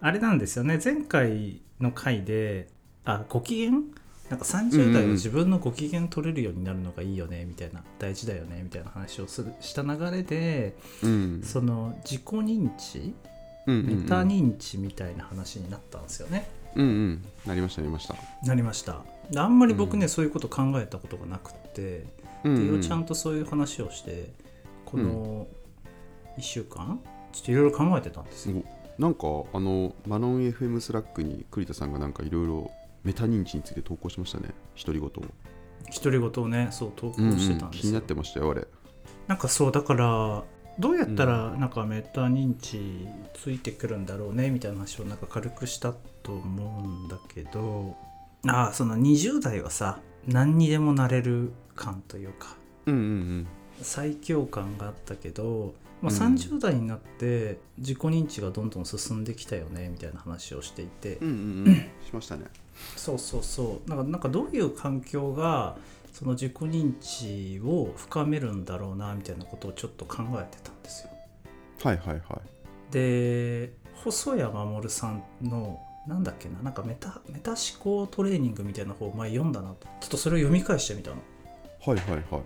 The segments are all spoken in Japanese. あれなんですよね前回の回であご機嫌なんか30代は自分のご機嫌取れるようになるのがいいよねみたいな大事だよねみたいな話をするした流れでうんその自己認知うんうんうメんタ認知みたいな話になったんですよね。うんうんなりましたなりましたなりましたであんまり僕ね、うんそういうこと考えたことがなくって、うんでうよんちゃんとそういう話をしてこの1週間ちょっといろいろ考えてたんですよ。おなんかあのマノン FM スラックに栗田さんがなんかいろいろメタ認知について投稿しましたね独り言を、独り言をねそう投稿うんうんしてたんです気よ。になってましたよあれなんかそうだからどうやったらうんなんかメタ認知ついてくるんだろうねみたいな話をなんか軽くしたと思うんだけどああその20代はさ何にでもなれる感というかうんうん最強感があったけど、まあ、うん30代になって自己認知がどんどん進んできたよねみたいな話をしていて、うんうんうんうんしましたねそうそうそうなんかなんかどういう環境がその自己認知を深めるんだろうなみたいなことをちょっと考えてたんですよ。はいはいはいで細谷守さんのなんだっけななんかメタメタ思考トレーニングみたいな方を前読んだなとちょっとそれを読み返してみたの。はいはいはい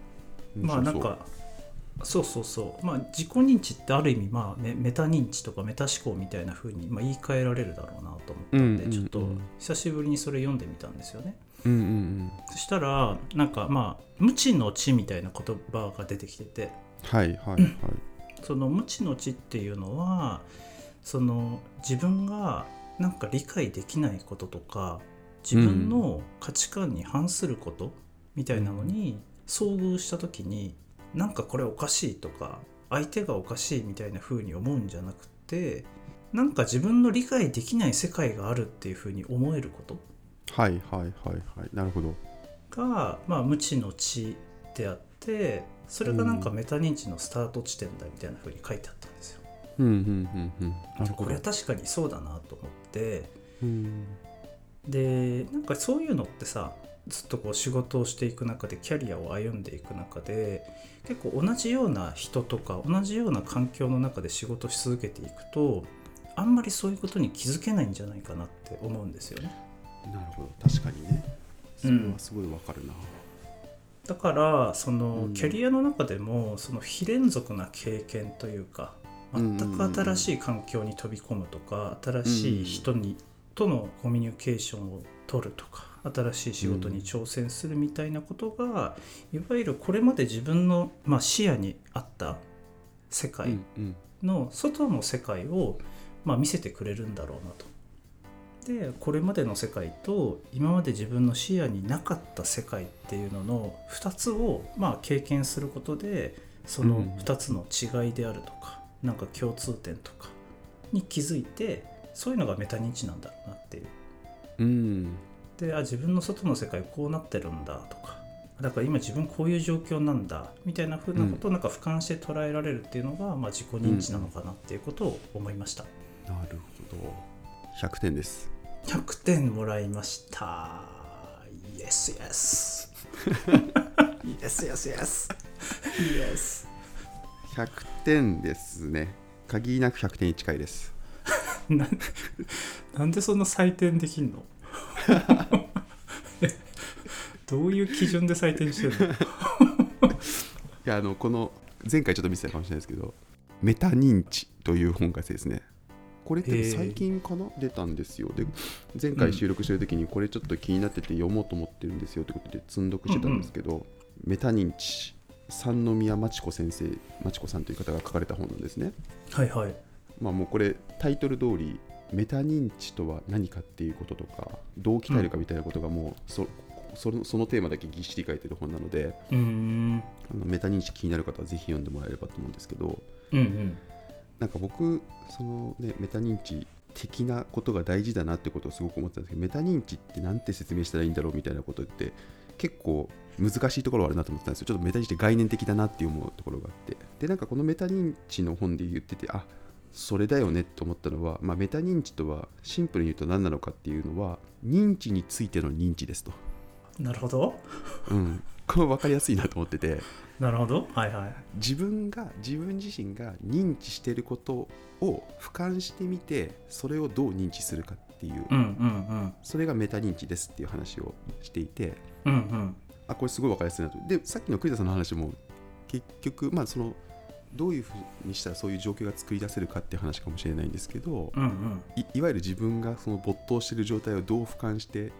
まあ面な白そんうかそうそうそうまあ自己認知ってある意味まあメメタ認知とかメタ思考みたいな風にまあ言い換えられるだろうなと思ったんで、うんうんうんちょっと久しぶりにそれ読んでみたんですよね。うんうんうんそしたらなんかまあ無知の知みたいな言葉が出てきててはいはいはいその無知の知っていうのはその自分がなんか理解できないこととか自分の価値観に反することみたいなのに遭遇した時になんかこれおかしいとか相手がおかしいみたいな風に思うんじゃなくてなんか自分の理解できない世界があるっていう風に思えることはいはいはいはいなるほどが、まあ、無知の知であってそれがなんかメタ認知のスタート地点だみたいな風に書いてあったんですよ。うんうんうんうんなるこほれどは確かにそうだなと思ってうんでなんかそういうのってさずっとこう仕事をしていく中でキャリアを歩んでいく中で結構同じような人とか同じような環境の中で仕事し続けていくとあんまりそういうことに気づけないんじゃないかなって思うんですよね。なるほど確かにねそれはすごいわかるな、だからそのうんキャリアの中でもその非連続な経験というか全く新しい環境に飛び込むとか新しい人にとのコミュニケーションを取るとか新しい仕事に挑戦するみたいなことがいわゆるこれまで自分のまあ視野にあった世界うんの外の世界をまあ見せてくれるんだろうなと。でこれまでの世界と今まで自分の視野になかった世界っていうのの2つをまあ経験することでそのうん2つの違いであるとか、なんか共通点とかに気づいてそういうのがメタ認知なんだろうなっていう。うんであ自分の外の世界こうなってるんだとかだから今自分こういう状況なんだみたいな風なことをなんか俯瞰して捉えられるっていうのが、まあ、自己認知なのかなっていうことを思いました、なるほど100点です100点もらいましたイエスイエスイエスイエスイエスイエス100点ですね限りなく100点に近いですななんでそんな採点でき んのえどういう基準で採点してるのいやあのこの前回ちょっと見せたかもしれないですけど「メタ認知」という本がですねこれっへてー最近かな出たんですよで前回収録してる時にこれちょっと気になってて読もうと思ってるんですよってことで積んどくしてたんですけど、メタ認知三宮真知子先生真知子さんという方が書かれた本なんですねはいはいまあもうこれタイトル通りメタ認知とは何かっていうこととかどう鍛えるかみたいなことがもうそ,、そのそのテーマだけぎっしり書いてる本なのでうーんあのメタ認知気になる方はぜひ読んでもらえればと思うんですけどうんうんなんか僕その、ね、メタ認知的なことが大事だなってことをすごく思ってたんですけどメタ認知ってなんて説明したらいいんだろうみたいなことって結構難しいところはあるなと思ってたんですよちょっとメタ認知って概念的だなって思うところがあってでなんかこのメタ認知の本で言っててあそれだよねと思ったのは、まあ、メタ認知とはシンプルに言うと何なのかっていうのは認知についての認知ですとなるほどうん、これ分かりやすいなと思っててなるほどはいはい自分が自分自身が認知していることを俯瞰してみてそれをどう認知するかっていう、うんうんそれがメタ認知ですっていう話をしていてうんうんうんあこれすごい分かりやすいなとでさっきの栗田さんの話も結局まあそのどういうふうにしたらそういう状況が作り出せるかっていう話かもしれないんですけど、うんうんいいわゆる自分がその没頭している状態をどう俯瞰して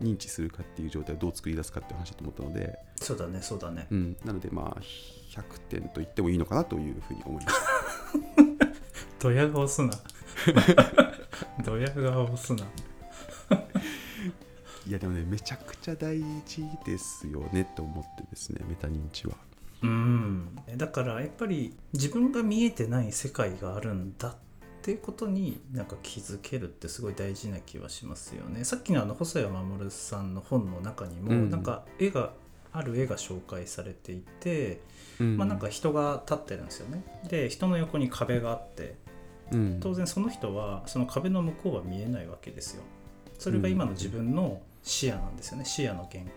認知するかっていう状態をどう作り出すかっていう話だと思ったので、そうだねそうだねうん、なのでまあ100点と言ってもいいのかなというふうに思いますドヤ顔すなドヤ顔すないやでもねめちゃくちゃ大事ですよねと思ってですねメタ認知はうんだからやっぱり自分が見えてない世界があるんだっていうことになんか気づけるってすごい大事な気はしますよねさっきのあの細谷守さんの本の中にも、うんなんか絵がある絵が紹介されていて、まあなんか人が立ってるんですよねで人の横に壁があってうん当然その人はその壁の向こうは見えないわけですよそれが今の自分の視野なんですよね視野の限界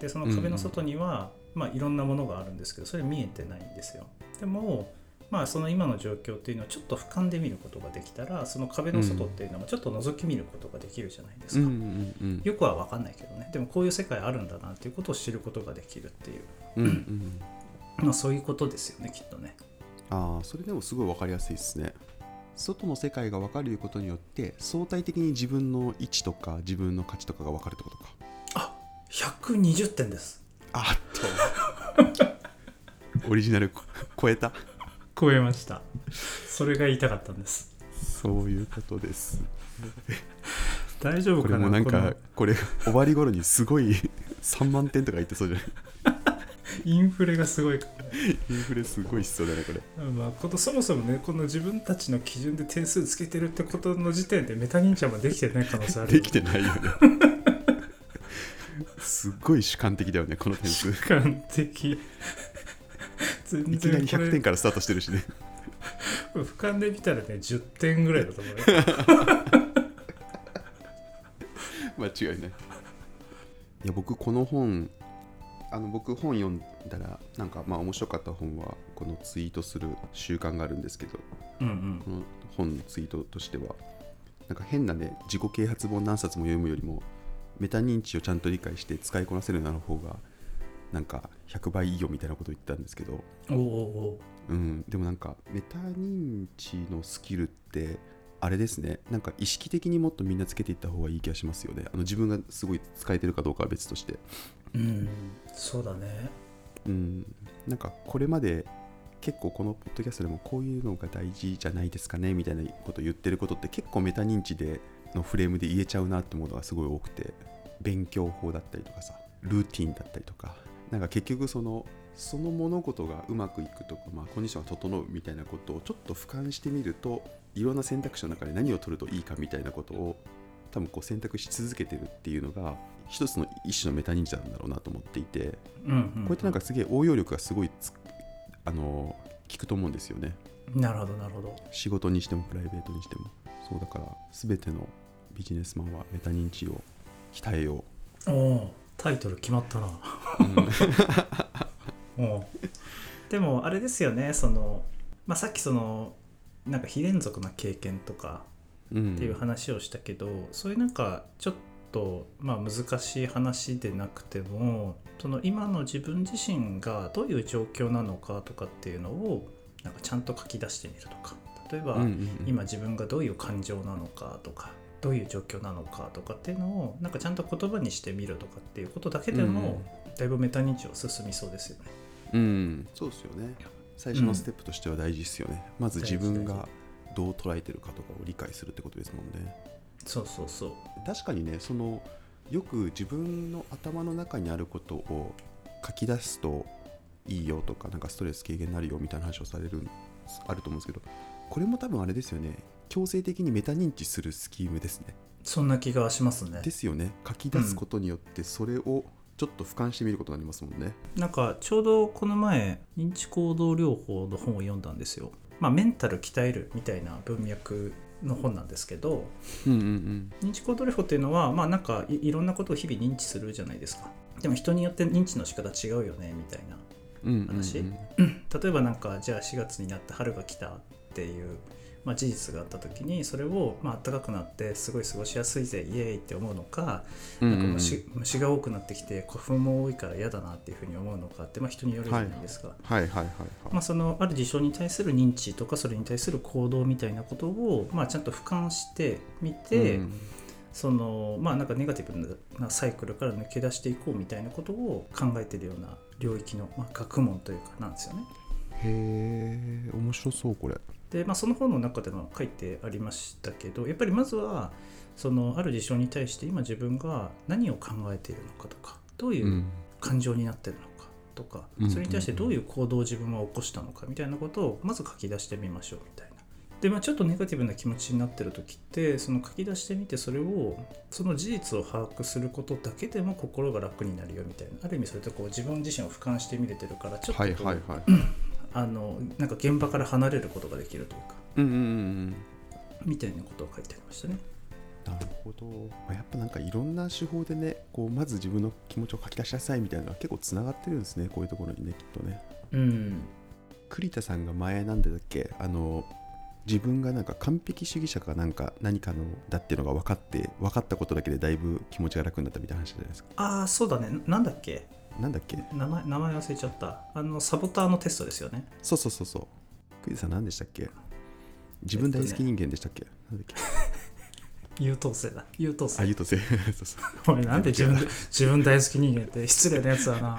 でその壁の外には、まあ、いろんなものがあるんですけどそれ見えてないんですよでもまあその今の状況っていうのをちょっと俯瞰で見ることができたらその壁の外っていうのもちょっと覗き見ることができるじゃないですうか、んうんうんよくは分かんないけどねでもこういう世界あるんだなっていうことを知ることができるっていう、うんうんまあ、そういうことですよねきっとねああそれでもすごい分かりやすいですね外の世界が分かることによって相対的に自分の位置とか自分の価値とかが分かるってことかあ120点ですあっと オリジナルこ超えた超えましたそれが言いたかったんですそういうことです大丈夫かこなれもなんこかのこれ終わり頃にすごい 3万点とか言ってそうじゃないインフレがすごいからねインフレすごいしそうだねこれまあ、ことそもそもねこの自分たちの基準で点数つけてるってことの時点でメタ認知はまだできてない可能性あるよできてないよね すっごい主観的だよねこの点数主観的全いきな然りこれ100点からスタートしてるしね 俯瞰で見たらね10点ぐらいだと思うよ間違いないいや僕この本あの僕本読んだらなんかまあ面白かった本はこのツイートする習慣があるんですけどうんうんこの本のツイートとしてはなんか変なね自己啓発本何冊も読むよりもメタ認知をちゃんと理解して使いこなせるようになる方がなんか100倍いいよみたいなこと言ってたんですけど、おうおうん、でもなんかメタ認知のスキルってあれですねなんか意識的にもっとみんなつけていった方がいい気がしますよねあの自分がすごい使えてるかどうかは別としてうおううんそうだねうん、なんかこれまで結構このポッドキャストでもこういうのが大事じゃないですかねみたいなこと言ってることって結構メタ認知でのフレームで言えちゃうなってものがすごい多くて勉強法だったりとかさルーティンだったりとかなんか結局そのその物事がうまくいくとか、まあ、コンディションが整うみたいなことをちょっと俯瞰してみるといろんな選択肢の中で何を取るといいかみたいなことを多分こう選択し続けてるっていうのが一つの一種のメタ認知なんだろうなと思っていて。うんうん、こうやってなんかすげえ応用力がすごいつあの効くと思うんですよねなるほどなるほど仕事にしてもプライベートにしてもそうだから全てのビジネスマンはメタ認知を鍛えよおおタイトル決まったなう、うん、 おでもあれですよねその、まあ、さっきそのなんか非連続な経験とかうんっていう話をしたけど、そういうなんかちょっと、まあ、難しい話でなくてもその今の自分自身がどういう状況なのかとかっていうのをなんかちゃんと書き出してみるとか例えば、うんうんうん今自分がどういう感情なのかとかどういう状況なのかとかっていうのをなんかちゃんと言葉にしてみるとかっていうことだけでも、だいぶメタ認知は進みそうですよね。うんそうですよね最初のステップとしては大事ですよね、まず自分がどう捉えてるかとかを理解するってことですもんねそうそうそう確かにねそのよく自分の頭の中にあることを書き出すといいよとかなんかストレス軽減になるよみたいな話をされるあると思うんですけどこれも多分あれですよね強制的にメタ認知するスキームですねそんな気がしますねですよね書き出すことによってそれをちょっと俯瞰してみることになりますもんねなんかちょうどこの前認知行動療法の本を読んだんですよ、まあ、メンタル鍛えるみたいな文脈の本なんですけどうんうん認知行動療法っていうのはまあなんかいいろんなことを日々認知するじゃないですかでも人によって認知の仕方違うよねみたいなうんうんうん話例えばなんかじゃあ4月になって春が来たっていう、まあ、事実があった時にそれをまあ暖かくなってすごい過ごしやすいぜイエーイって思うのかうんなんかうんうん虫虫が多くなってきて花粉も多いから嫌だなっていうふうに思うのかって、まあ、人によるじゃないですか。はいはいはまいはあ、そのある事象に対する認知とかそれに対する行動みたいなことを、まあ、ちゃんと俯瞰してみい。て、うんそのまあなんかネガティブなサイクルから抜け出していこうみたいなことを考えてるような領域の、まあ、学問というかなんですよね。へえ面白そうこれ。で、まあ、その本の中でも書いてありましたけどやっぱりまずはそのある事象に対して今自分が何を考えているのかとかどういううん感情になってるのかとか、うんそれに対してどういう行動を自分は起こしたのかみたいなことをまず書き出してみましょうみたいな。でまあ、ちょっとネガティブな気持ちになってる時ってその書き出してみてそれをその事実を把握することだけでも心が楽になるよみたいなある意味それとこう自分自身を俯瞰して見れてるからちょっとこはう、いはいはい。あのなんか現場から離れることができるというかうんうんうんみたいなことを書いてありましたね。なるほど。まあやっぱなんかいろんな手法でね、こうまず自分の気持ちを書き出しなさいみたいなのが結構つながってるんですね、こういうところにね、きっとね。うん、栗田さんが前なんだっけあの自分がなんか完璧主義者かなんか何かのだっていうのが分かって分かったことだけでだいぶ気持ちが楽になったみたいな話じゃないですかああそうだねななんだっけなんだっけ名前名前忘れちゃったあのサボターのテストですよねそうそうそうそう栗田さん何でしたっけ自分大好き人間でしたっけ、なんだっけ優等生だ優等あ生ゆうとせ そうそうおいなんで自分で自分大好き人間って失礼なやつだな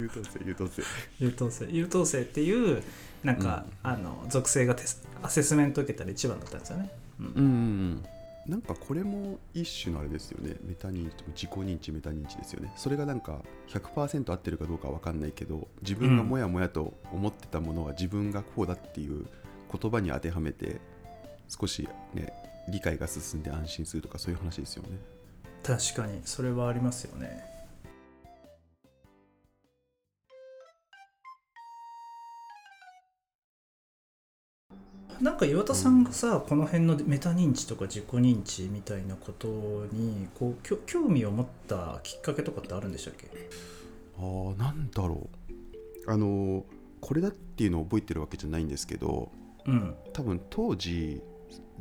優等生優等生優等生優等生っていうなんか、あの属性がテスアセスメント受けたら一番だったんですよね、うんうんうんうんなんかこれも一種のあれですよねメタ認知と自己認知メタ認知ですよねそれがなんか100%合ってるかどうかわかんないけど自分がうんもやもやと思ってたものは自分がこうだっていう言葉に当てはめて少しね理解が進んで安心するとかそういう話ですよね確かにそれはありますよねなんか岩田さんがさこの辺のメタ認知とか自己認知みたいなことにこうきょ興味を持ったきっかけとかってあるんでしたっけあーなんだろうあのーこれだっていうのを覚えてるわけじゃないんですけどうん多分当時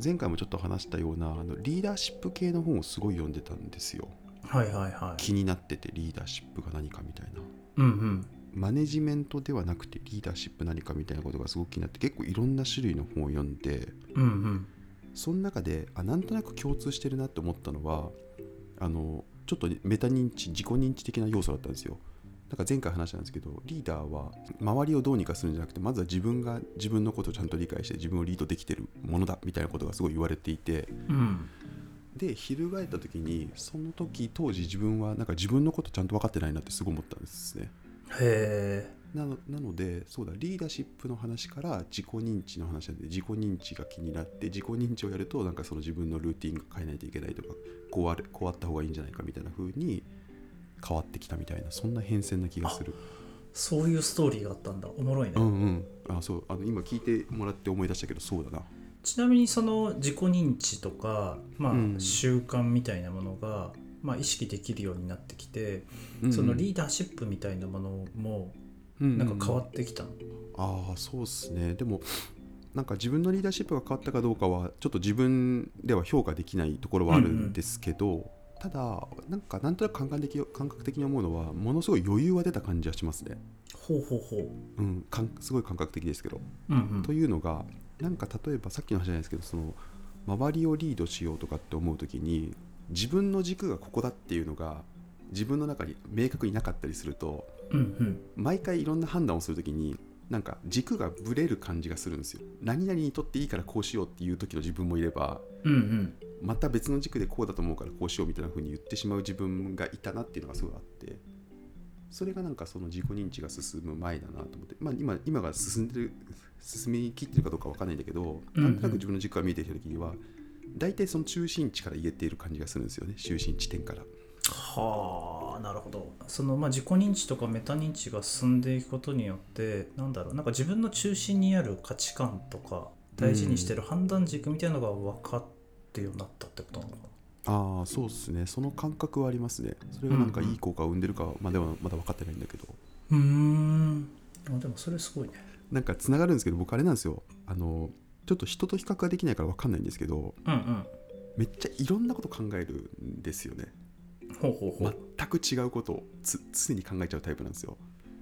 前回もちょっと話したようなあのリーダーシップ系の本をすごい読んでたんですよはいはいはい気になっててリーダーシップが何かみたいなうんうんマネジメントではなくてリーダーシップ何かみたいなことがすごく気になって結構いろんな種類の本を読んでうんうんその中であなんとなく共通してるなって思ったのはあのちょっとメタ認知自己認知的な要素だったんですよなんか前回話したんですけどリーダーは周りをどうにかするんじゃなくてまずは自分が自分のことをちゃんと理解して自分をリードできてるものだみたいなことがすごい言われていてうんで翻った時にその時当時自分はなんか自分のことちゃんと分かってないなってすごい思ったんですねへえなのなのでそうだリーダーシップの話から自己認知の話なんで自己認知が気になって自己認知をやるとなんかその自分のルーティンが変えないといけないとかこうあれこうあった方がいいんじゃないかみたいな風に変わってきたみたいなそんな変遷な気がするそういうストーリーがあったんだおもろいね、うんうんあそうあの今聞いてもらって思い出したけどそうだなちなみにその自己認知とか、まあうん、習慣みたいなものが、まあ、意識できるようになってきて、そのリーダーシップみたいなものもななんか変わってきたの、ああそうっすねでもなんか自分のリーダーシップが変わったかどうかはちょっと自分では評価できないところはあるんですけど、ただなんかなんとなく感覚的感覚的に思うのはものすごい余裕は出た感じはしますね、ほうほうほううん、かんすごい感覚的ですけど、うんうんというのがなんか例えばさっきの話じゃないですけどその周りをリードしようとかって思う時に自分の軸がここだっていうのが自分の中に明確になかったりするとうん毎回いろんな判断をするときになんか軸がぶれる感じがするんですよ何々にとっていいからこうしようっていう時の自分もいればうんうんうんまた別の軸でこうだと思うからこうしようみたいな風に言ってしまう自分がいたなっていうのがすごいあってそれがなんかその自己認知が進む前だなと思って、まあ、今今が進んでる進みきってるかどうかわかんないんだけどうんなんとなく自分の軸が見えてきた時には大体その中心地から言えている感じがするんですよね中心地点から。はあなるほどその、まあ、自己認知とかメタ認知が進んでいくことによってなんだろうなんか自分の中心にある価値観とか大事にしてる判断軸みたいなのが分かってようになったってことなのかな、ああそうっすねその感覚はありますねそれがなんかうんうんいい効果を生んでるかはまあでもまだ分かってないんだけどうーんあでもそれすごいねなんかつながるんですけど僕あれなんですよあのちょっと人と比較ができないから分かんないんですけどうんうんめっちゃいろんなこと考えるんですよねほうほうほう、全く違うことをつ常に考えちゃうタイプなんですよ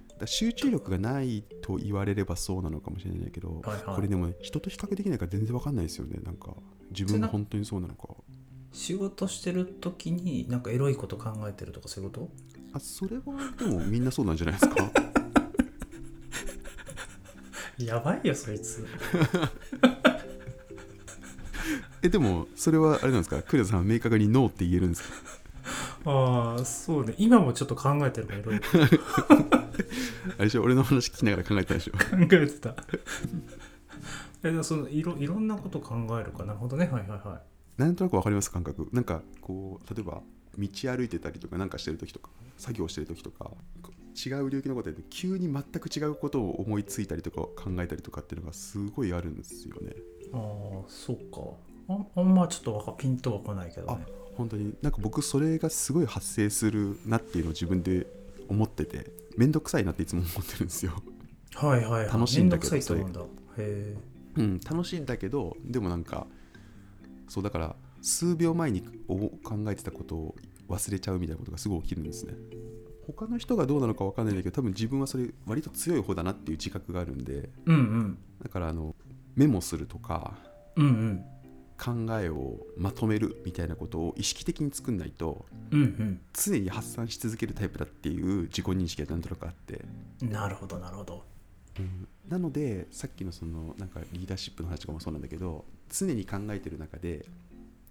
だから集中力がないと言われればそうなのかもしれないけど、はいはいこれでもね人と比較できないから全然わかんないですよねなんか自分が本当にそうなのか仕事してる時になんかエロいこと考えてるとかそういうことあそれはでもみんなそうなんじゃないですかやばいよそいつえでもそれはあれなんですかクレさんは明確にノーって言えるんですかああそうね今もちょっと考えてるからいろいろ考あれでしょ俺の話聞きながら考えてたでしょえてた えでもそのいろいろんなこと考えるかなるほどねはいはいはなんとなくわかります感覚なんかこう例えば道歩いてたりとかなんかしてる時とか作業してる時とかこう違う領域のことやって急に全く違うことを思いついたりとか考えたりとかっていうのがすごいあるんですよねいああそうかああんまちょっとわかピンとは来ないけどね本当になんか僕それがすごい発生するなっていうのを自分で思ってて面倒くさいなっていつも思ってるんですよ、はいはいはい楽しいんだけどめくさいと思うんだへえうん、楽しいんだけどでもなんかそうだから数秒前にお考えてたことを忘れちゃうみたいなことがすごい起きるんですね他の人がどうなのか分かんないんだけど多分自分はそれ割と強い方だなっていう自覚があるんでうんうんだからあのメモするとかうんうん考えをまとめるみたいなことを意識的に作んないとうん常に発散し続けるタイプだっていう自己認識がなんとなくあって、うんなるほどなるほどうんなのでさっきのそのなんかリーダーシップの話とかもそうなんだけど常に考えてる中で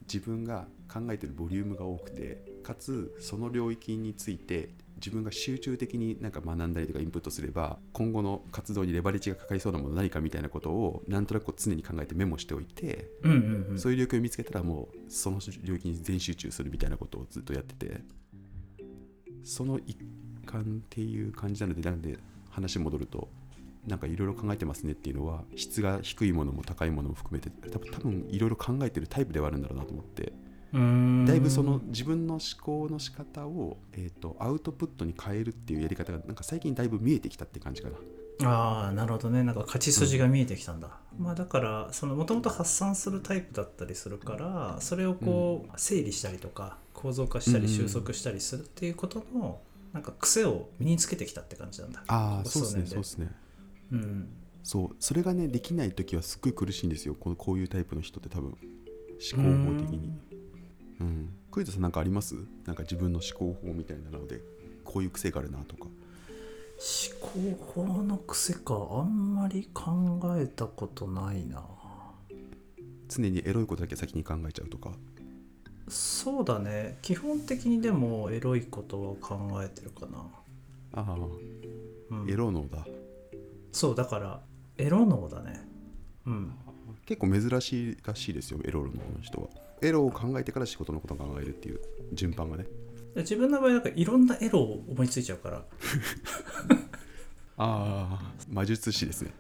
自分が考えてるボリュームが多くてかつその領域について自分が集中的になんか学んだりとかインプットすれば今後の活動にレバレッジがかかりそうなもの何かみたいなことをなんとなくこう常に考えてメモしておいて、うんうんうんそういう領域を見つけたらもうその領域に全集中するみたいなことをずっとやっててその一環っていう感じなのでなんで話戻るとなんかいろいろ考えてますねっていうのは質が低いものも高いものも含めて多分多分いろいろ考えてるタイプではあるんだろうなと思ってうーんだいぶその自分の思考の仕方をえっ、とアウトプットに変えるっていうやり方がなんか最近だいぶ見えてきたって感じかなああなるほどねなんか勝ち筋が見えてきたんだ、まあだからそのもともと発散するタイプだったりするからそれをこう整理したりとか構造化したうんうりん収束したりするっていうことのなんか癖を身につけてきたって感じなんだああここそうですね数そうで年すねうんそうそれがねできない時はすっごい苦しいんですよこのこういうタイプの人って多分思考法的にうん、クイズさんなんかありますなんか自分の思考法みたいなのでこういう癖があるなとかうん思考法の癖かあんまり考えたことないな常にエロいことだけ先に考えちゃうとかそうだね基本的にでもエロいことは考えてるかな、ああ、うん、エロ脳だそうだからエロ脳だねうん結構珍しいらしいですよエロ脳の人はエロを考えてから仕事のことを考えるっていう順番がね自分の場合なんかいろんなエロを思いついちゃうから、ああ魔術師ですね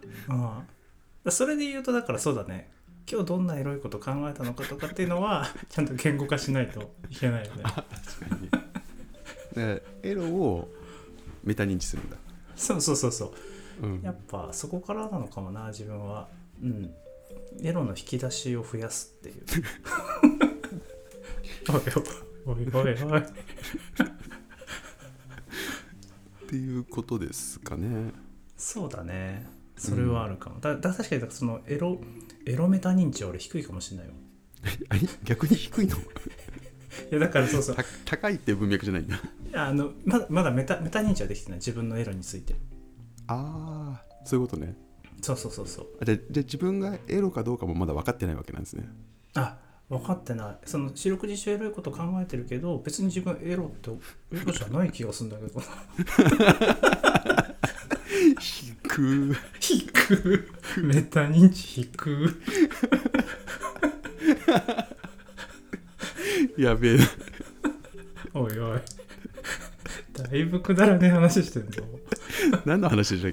うん、それで言うとだからそうだね今日どんなエロいこと考えたのかとかっていうのは ちゃんと言語化しないといけないよね確 かにだからエロをメタ認知するんだ、そうそうそうそううんやっぱそこからなのかもな自分はうんエロの引き出しを増やすっていう おいおいおいおいっていうことですかね。 そうだねそれはあるかも、だだ確かにだからそのエロエロメタ認知は俺低いかもしれないよあれ逆に低いの いやだからそうそうた高いっていう文脈じゃないんだ。 あのまだまだメタメタ認知はできてない自分のエロについてああ、そういうことね。そうそうそうそうあじゃあじゃあ自分がエロかどうかもまだ分かってないわけなんですね。 あ分かってないその四六時中エロいこと考えてるけど別に自分エロってエロじゃない気がするんだけど低い。低くメタ認知低くやべえな。 おいおいだいぶくだらねえ話してんぞ何の話でしたっ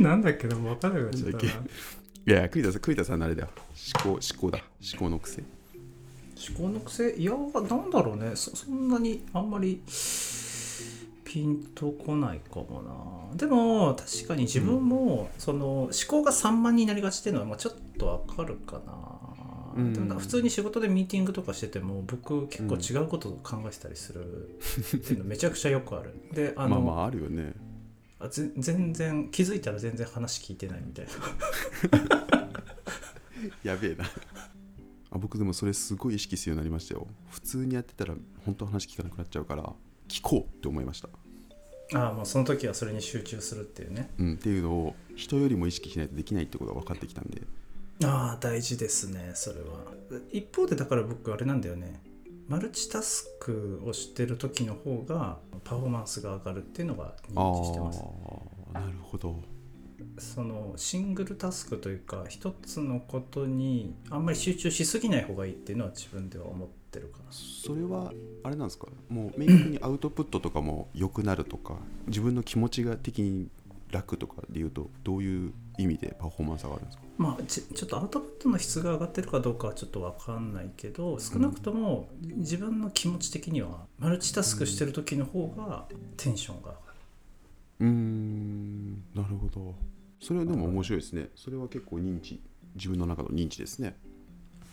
なんだっけでも分からなくなっちゃったなんだっなけけいや、栗田さん、栗田さんのあれだよ。思考、思考だ。思考の癖。思考の癖いやなんだろうねそそんなにあんまりピンとこないかもなでも確かに自分も、その思考が散漫になりがちっていうのは、まあ、ちょっとわかるかな、うんでもなんか普通に仕事でミーティングとかしてても僕結構違うことを考えてたりするっていうのめちゃくちゃよくあるであまあの、まああるよねあぜ全然気づいたら全然話聞いてないみたいなやべえな あ僕でもそれすごい意識するようになりましたよ普通にやってたら本当話聞かなくなっちゃうから聞こうって思いました、ああもうその時はそれに集中するっていうねうん、っていうのを人よりも意識しないとできないってことが分かってきたんでああ大事ですねそれは一方でだから僕あれなんだよねマルチタスクをしてる時の方がパフォーマンスが上がるっていうのがあ認知してますあなるほどそのシングルタスクというか一つのことにあんまり集中しすぎない方がいいっていうのは自分では思ってるかなそれはあれなんですかもう明確にアウトプットとかも良くなるとか自分の気持ちが的に楽とかでいうとどういう意味でパフォーマンス上がるんですかまあちちょっとアウトプットの質が上がってるかどうかはちょっと分かんないけど少なくとも自分の気持ち的にはマルチタスクしてる時の方がテンションが上がるうーんなるほどそれはでも面白いですねそれは結構認知自分の中の認知ですね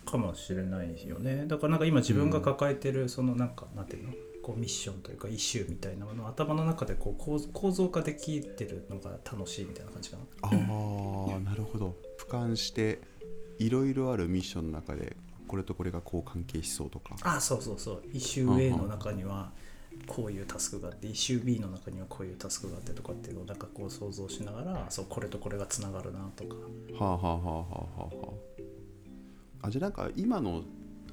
かもしれないよねだからなんか今自分が抱えてるそのなんかなんていうのこうミッションというかイシューみたいなものを頭の中でこう構構造化できてるのが楽しいみたいな感じかなああなるほど俯瞰していろいろあるミッションの中でこれとこれがこう関係しそうとかあそうそうそうイシュー A の中にはこういうタスクがあってイシュー B の中にはこういうタスクがあってとかっていうのをなんかこう想像しながらそうこれとこれがつながるなとかはあはあはあはあはあはああじゃあなんか今の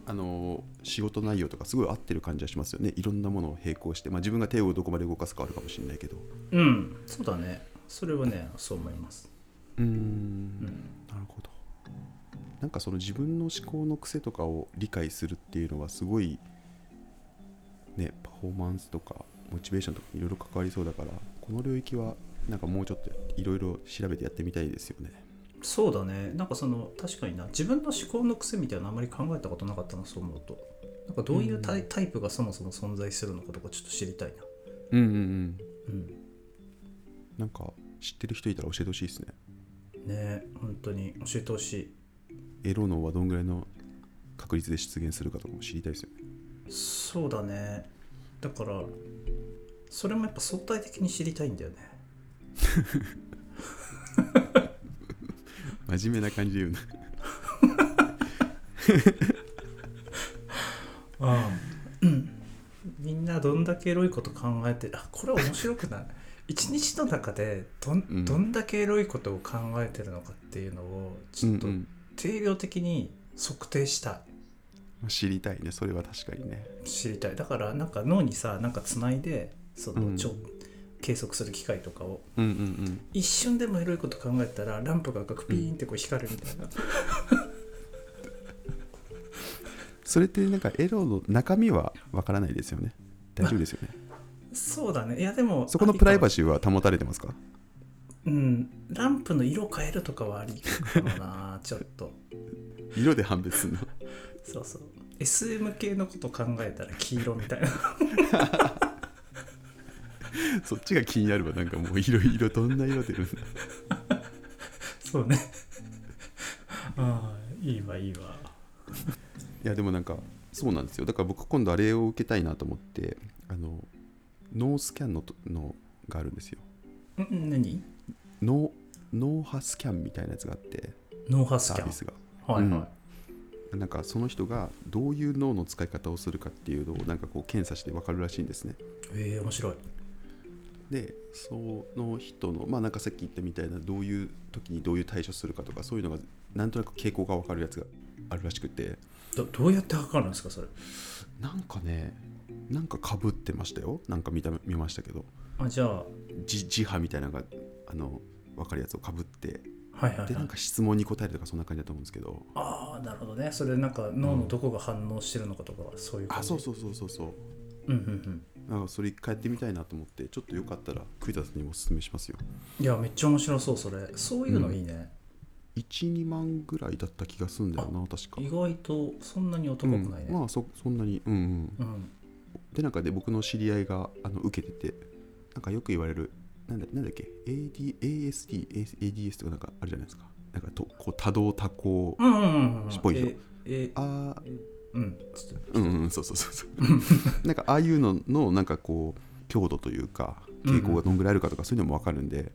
あの仕事内容とかすごい合ってる感じはしますよねいろんなものを並行して、まあ、自分が手をどこまで動かすかはあるかもしれないけどうんそうだねそれはねそう思いますうーんなるほどなんかその自分の思考の癖とかを理解するっていうのはすごいねパフォーマンスとかモチベーションとかいろいろ関わりそうだからこの領域はなんかもうちょっといろいろ調べてやってみたいですよねそうだねなんかその確かにな自分の思考の癖みたいなのあまり考えたことなかったなそう思うとなんかどういうタイ,、タイプがそもそも存在するのかとかちょっと知りたいなうんうんうんうんなんか知ってる人いたら教えてほしいですねね本当に教えてほしいエロ脳はどんぐらいの確率で出現するかとかも知りたいですよねそうだねだからそれもやっぱ相対的に知りたいんだよね真面目な感じで言うなあみんなどんだけエロいこと考えてあこれ面白くない 一日の中でどうんんどんだけエロいことを考えてるのかっていうのをちょっとうん定量的に測定したい、うん、知りたいねそれは確かにね知りたいだからなんか脳にさなんかつないでその、うんちょ計測する機械とかをうんうんうん一瞬でもエロいこと考えたらランプが赤くピーンってこう光るみたい な、それってなんかエロの中身はわからないですよね大丈夫ですよねそうだねいやでもそこのプライバシシーは保たれてますかーうんランプの色変えるとかはありかもなちょっと色で判別するのそうそう SM 系のこと考えたら黄色みたい なそっちが気になるわなんかもういろいろどんな色出るんだそうね ああいいわいいわ いやでもなんかそうなんですよだから僕今度あれを受けたいなと思ってあの脳スキャンのとのがあるんですよんん何脳脳波スキャンみたいなやつがあって脳波スサキーャビンスがはいはい、うんなんかその人がどういう脳の使い方をするかっていうのをなんかこう検査して分かるらしいんですねええ面白いでその人のまあなんかさっき言ったみたいなどういう時にどういう対処するかとかそういうのがなんとなく傾向が分かるやつがあるらしくてどどうやって測るんですかそれなんかねなんかかぶってましたよなんか見た見ましたけどあじゃあ自自波みたいなのがあの分かるやつをかぶってはいはい、はい、でなんか質問に答えるとかそんな感じだと思うんですけどああなるほどねそれでなんか脳のどこが反応してるのかとか、そういう感あじそうそうそうそうそううんうんうんなんかそれ一回やってみたいなと思ってちょっとよかったら栗田さんにもおすすめしますよいやめっちゃ面白そうそれそういうのいいね、 12万ぐらいだった気がするんだよな確か意外とそんなに男くないね、うん、まあそそんなにうんうんうんでなんかで僕の知り合いがあの受けててなんかよく言われるなんだなんだっけ AD ASD ADS とかなんかあるじゃないですかなんかとこう多動多項うんうんうんうんしっぽいよええあうんちょっとーうんうんそうそうそうそう なんかああいうののなんかこう強度というか傾向がどんぐらいあるかとかそういうのも分かるんで、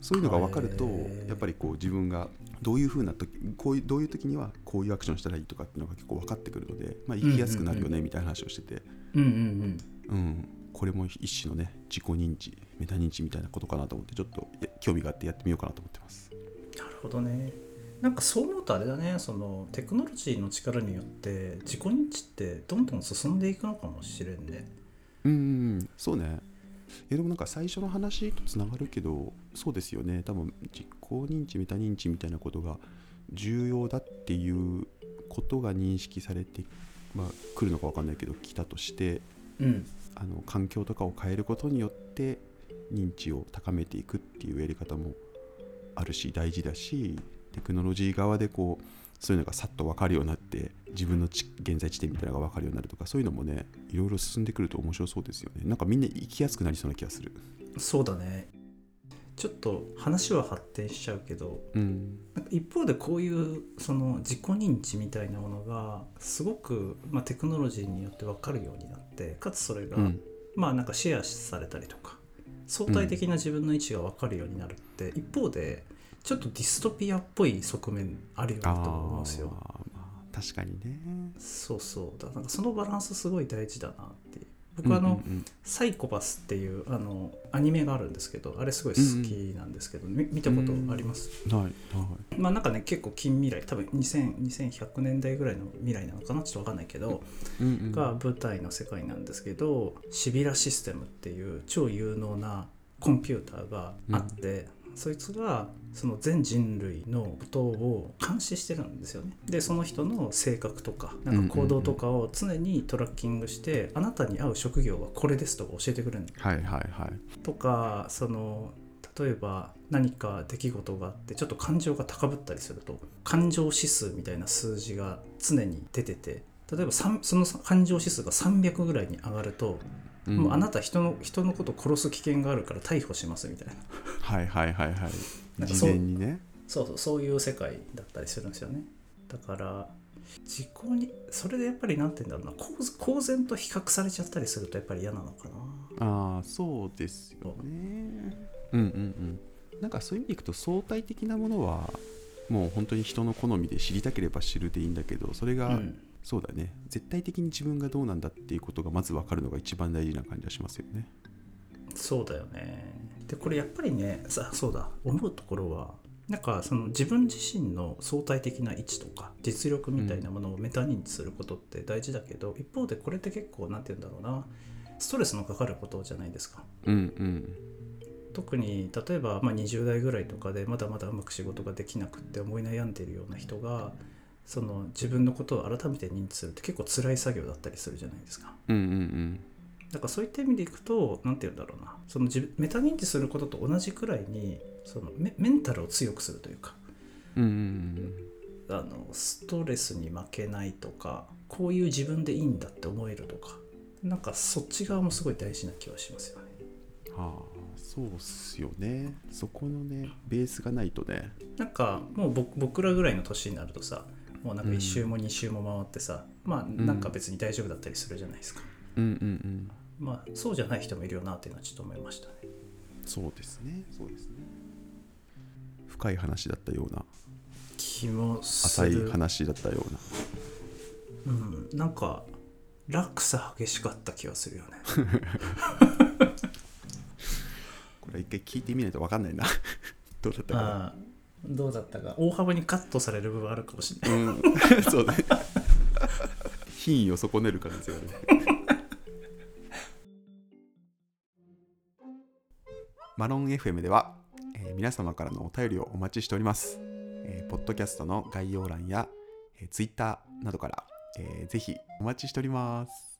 そういうのが分かるとへーやっぱりこう自分がどういうふうな時こういうどういう時にはこういうアクションしたらいいとかっていうのが結構分かってくるので、まあ、生きやすくなるようんうんねみたいな話をしてて、うんうんうん、これも一種のね自己認知メタ認知みたいなことかなと思ってちょっとえ興味があってやってみようかなと思ってますうんなるほどねなんかそう思うとあれだねそのテクノロジーの力によって自己認知ってどんどん進んでいくのかもしれんねうんうんうんそうねえでもなんか最初の話とつながるけどそうですよね多分実行認知メタ認知みたいなことが重要だっていうことが認識されてまあ来るのか分かんないけど来たとしてうんあの環境とかを変えることによって認知を高めていくっていうやり方もあるし大事だしテクノロジー側でこうそういうのがさっと分かるようになって自分のち現在地点みたいなのが分かるようになるとかそういうのもねいろいろ進んでくると面白そうですよねなんかみんな生きやすくなりそうな気がするそうだねちょっと話は発展しちゃうけどうんなんか一方でこういうその自己認知みたいなものがすごく、まあ、テクノロジーによって分かるようになってかつそれが、うんまあなんかシェアされたりとか相対的な自分の位置が分かるようになるって、一方でちょっとディストピアっぽい側面あるよあなーと思うんですよ。まあ確かにねそうそうだからなんかそのバランスすごい大事だなっていう僕あの、うんうんサイコパスっていうあのアニメがあるんですけどあれすごい好きなんですけど、み見たことあります、うんはいはいまあなんかね結構近未来多分2000 2100年代ぐらいの未来なのかなちょっとわかんないけど、うんうんが舞台の世界なんですけどシビラシステムっていう超有能なコンピューターがあって、そいつがその全人類のことを監視してるんですよねでその人の性格とかなんか行動とかを常にトラッキングして、あなたに合う職業はこれですとか教えてくれるのはいはいはいとかその例えば何か出来事があってちょっと感情が高ぶったりすると感情指数みたいな数字が常に出てて例えばさんその感情指数が300ぐらいに上がると、うんもうあなた人の人のこと殺す危険があるから逮捕しますみたいなはいはいはいはいなんか事そう前にねそうそうそういう世界だったりするんですよねだから自己にそれでやっぱりなんて言うんだろうな公公然と比較されちゃったりするとやっぱり嫌なのかなああそうですよねうんうんうんなんかそういう意味でいくと相対的なものはもう本当に人の好みで知りたければ知るでいいんだけどそれが、うんそうだね絶対的に自分がどうなんだっていうことがまず分かるのが一番大事な感じがしますよねそうだよねでこれやっぱりねさそうだ思うところはなんかその自分自身の相対的な位置とか実力みたいなものをメタ認知することって大事だけど、一方でこれって結構何て言うんだろうなストレスのかかることじゃないですかうんうん特に例えば、まあ、20代ぐらいとかでまだまだうまく仕事ができなくって思い悩んでるような人がその自分のことを改めて認知するって結構辛い作業だったりするじゃないですか。うんうんだからそういった意味でいくと何て言うんだろうなその自分メタ認知することと同じくらいにそのメメンタルを強くするというかうんうんうんあのストレスに負けないとかこういう自分でいいんだって思えるとかなんかそっち側もすごい大事な気はしますよね。ああそうっすよねそこのねベースがないとねなんかもう僕僕らぐらいの年になるとさもうなんか1周も2周も回ってさ、まあなんか別に大丈夫だったりするじゃないですか、うんうんうんまあそうじゃない人もいるよなっていうのはちょっと思いましたね。そうですねそうですね深い話だったような気もす浅いる話だったようなうん、なんか落差激しかった気がするよねこれ一回聞いてみないと分かんないな どうだったかああどうだったか大幅にカットされる部分あるかもしれないなうん そうね品位を損ねる 感じがねマロン FM では、えー皆様からのお便りをお待ちしております、えーポッドキャストの概要欄や、えー、Twitter などから、えーぜひお待ちしております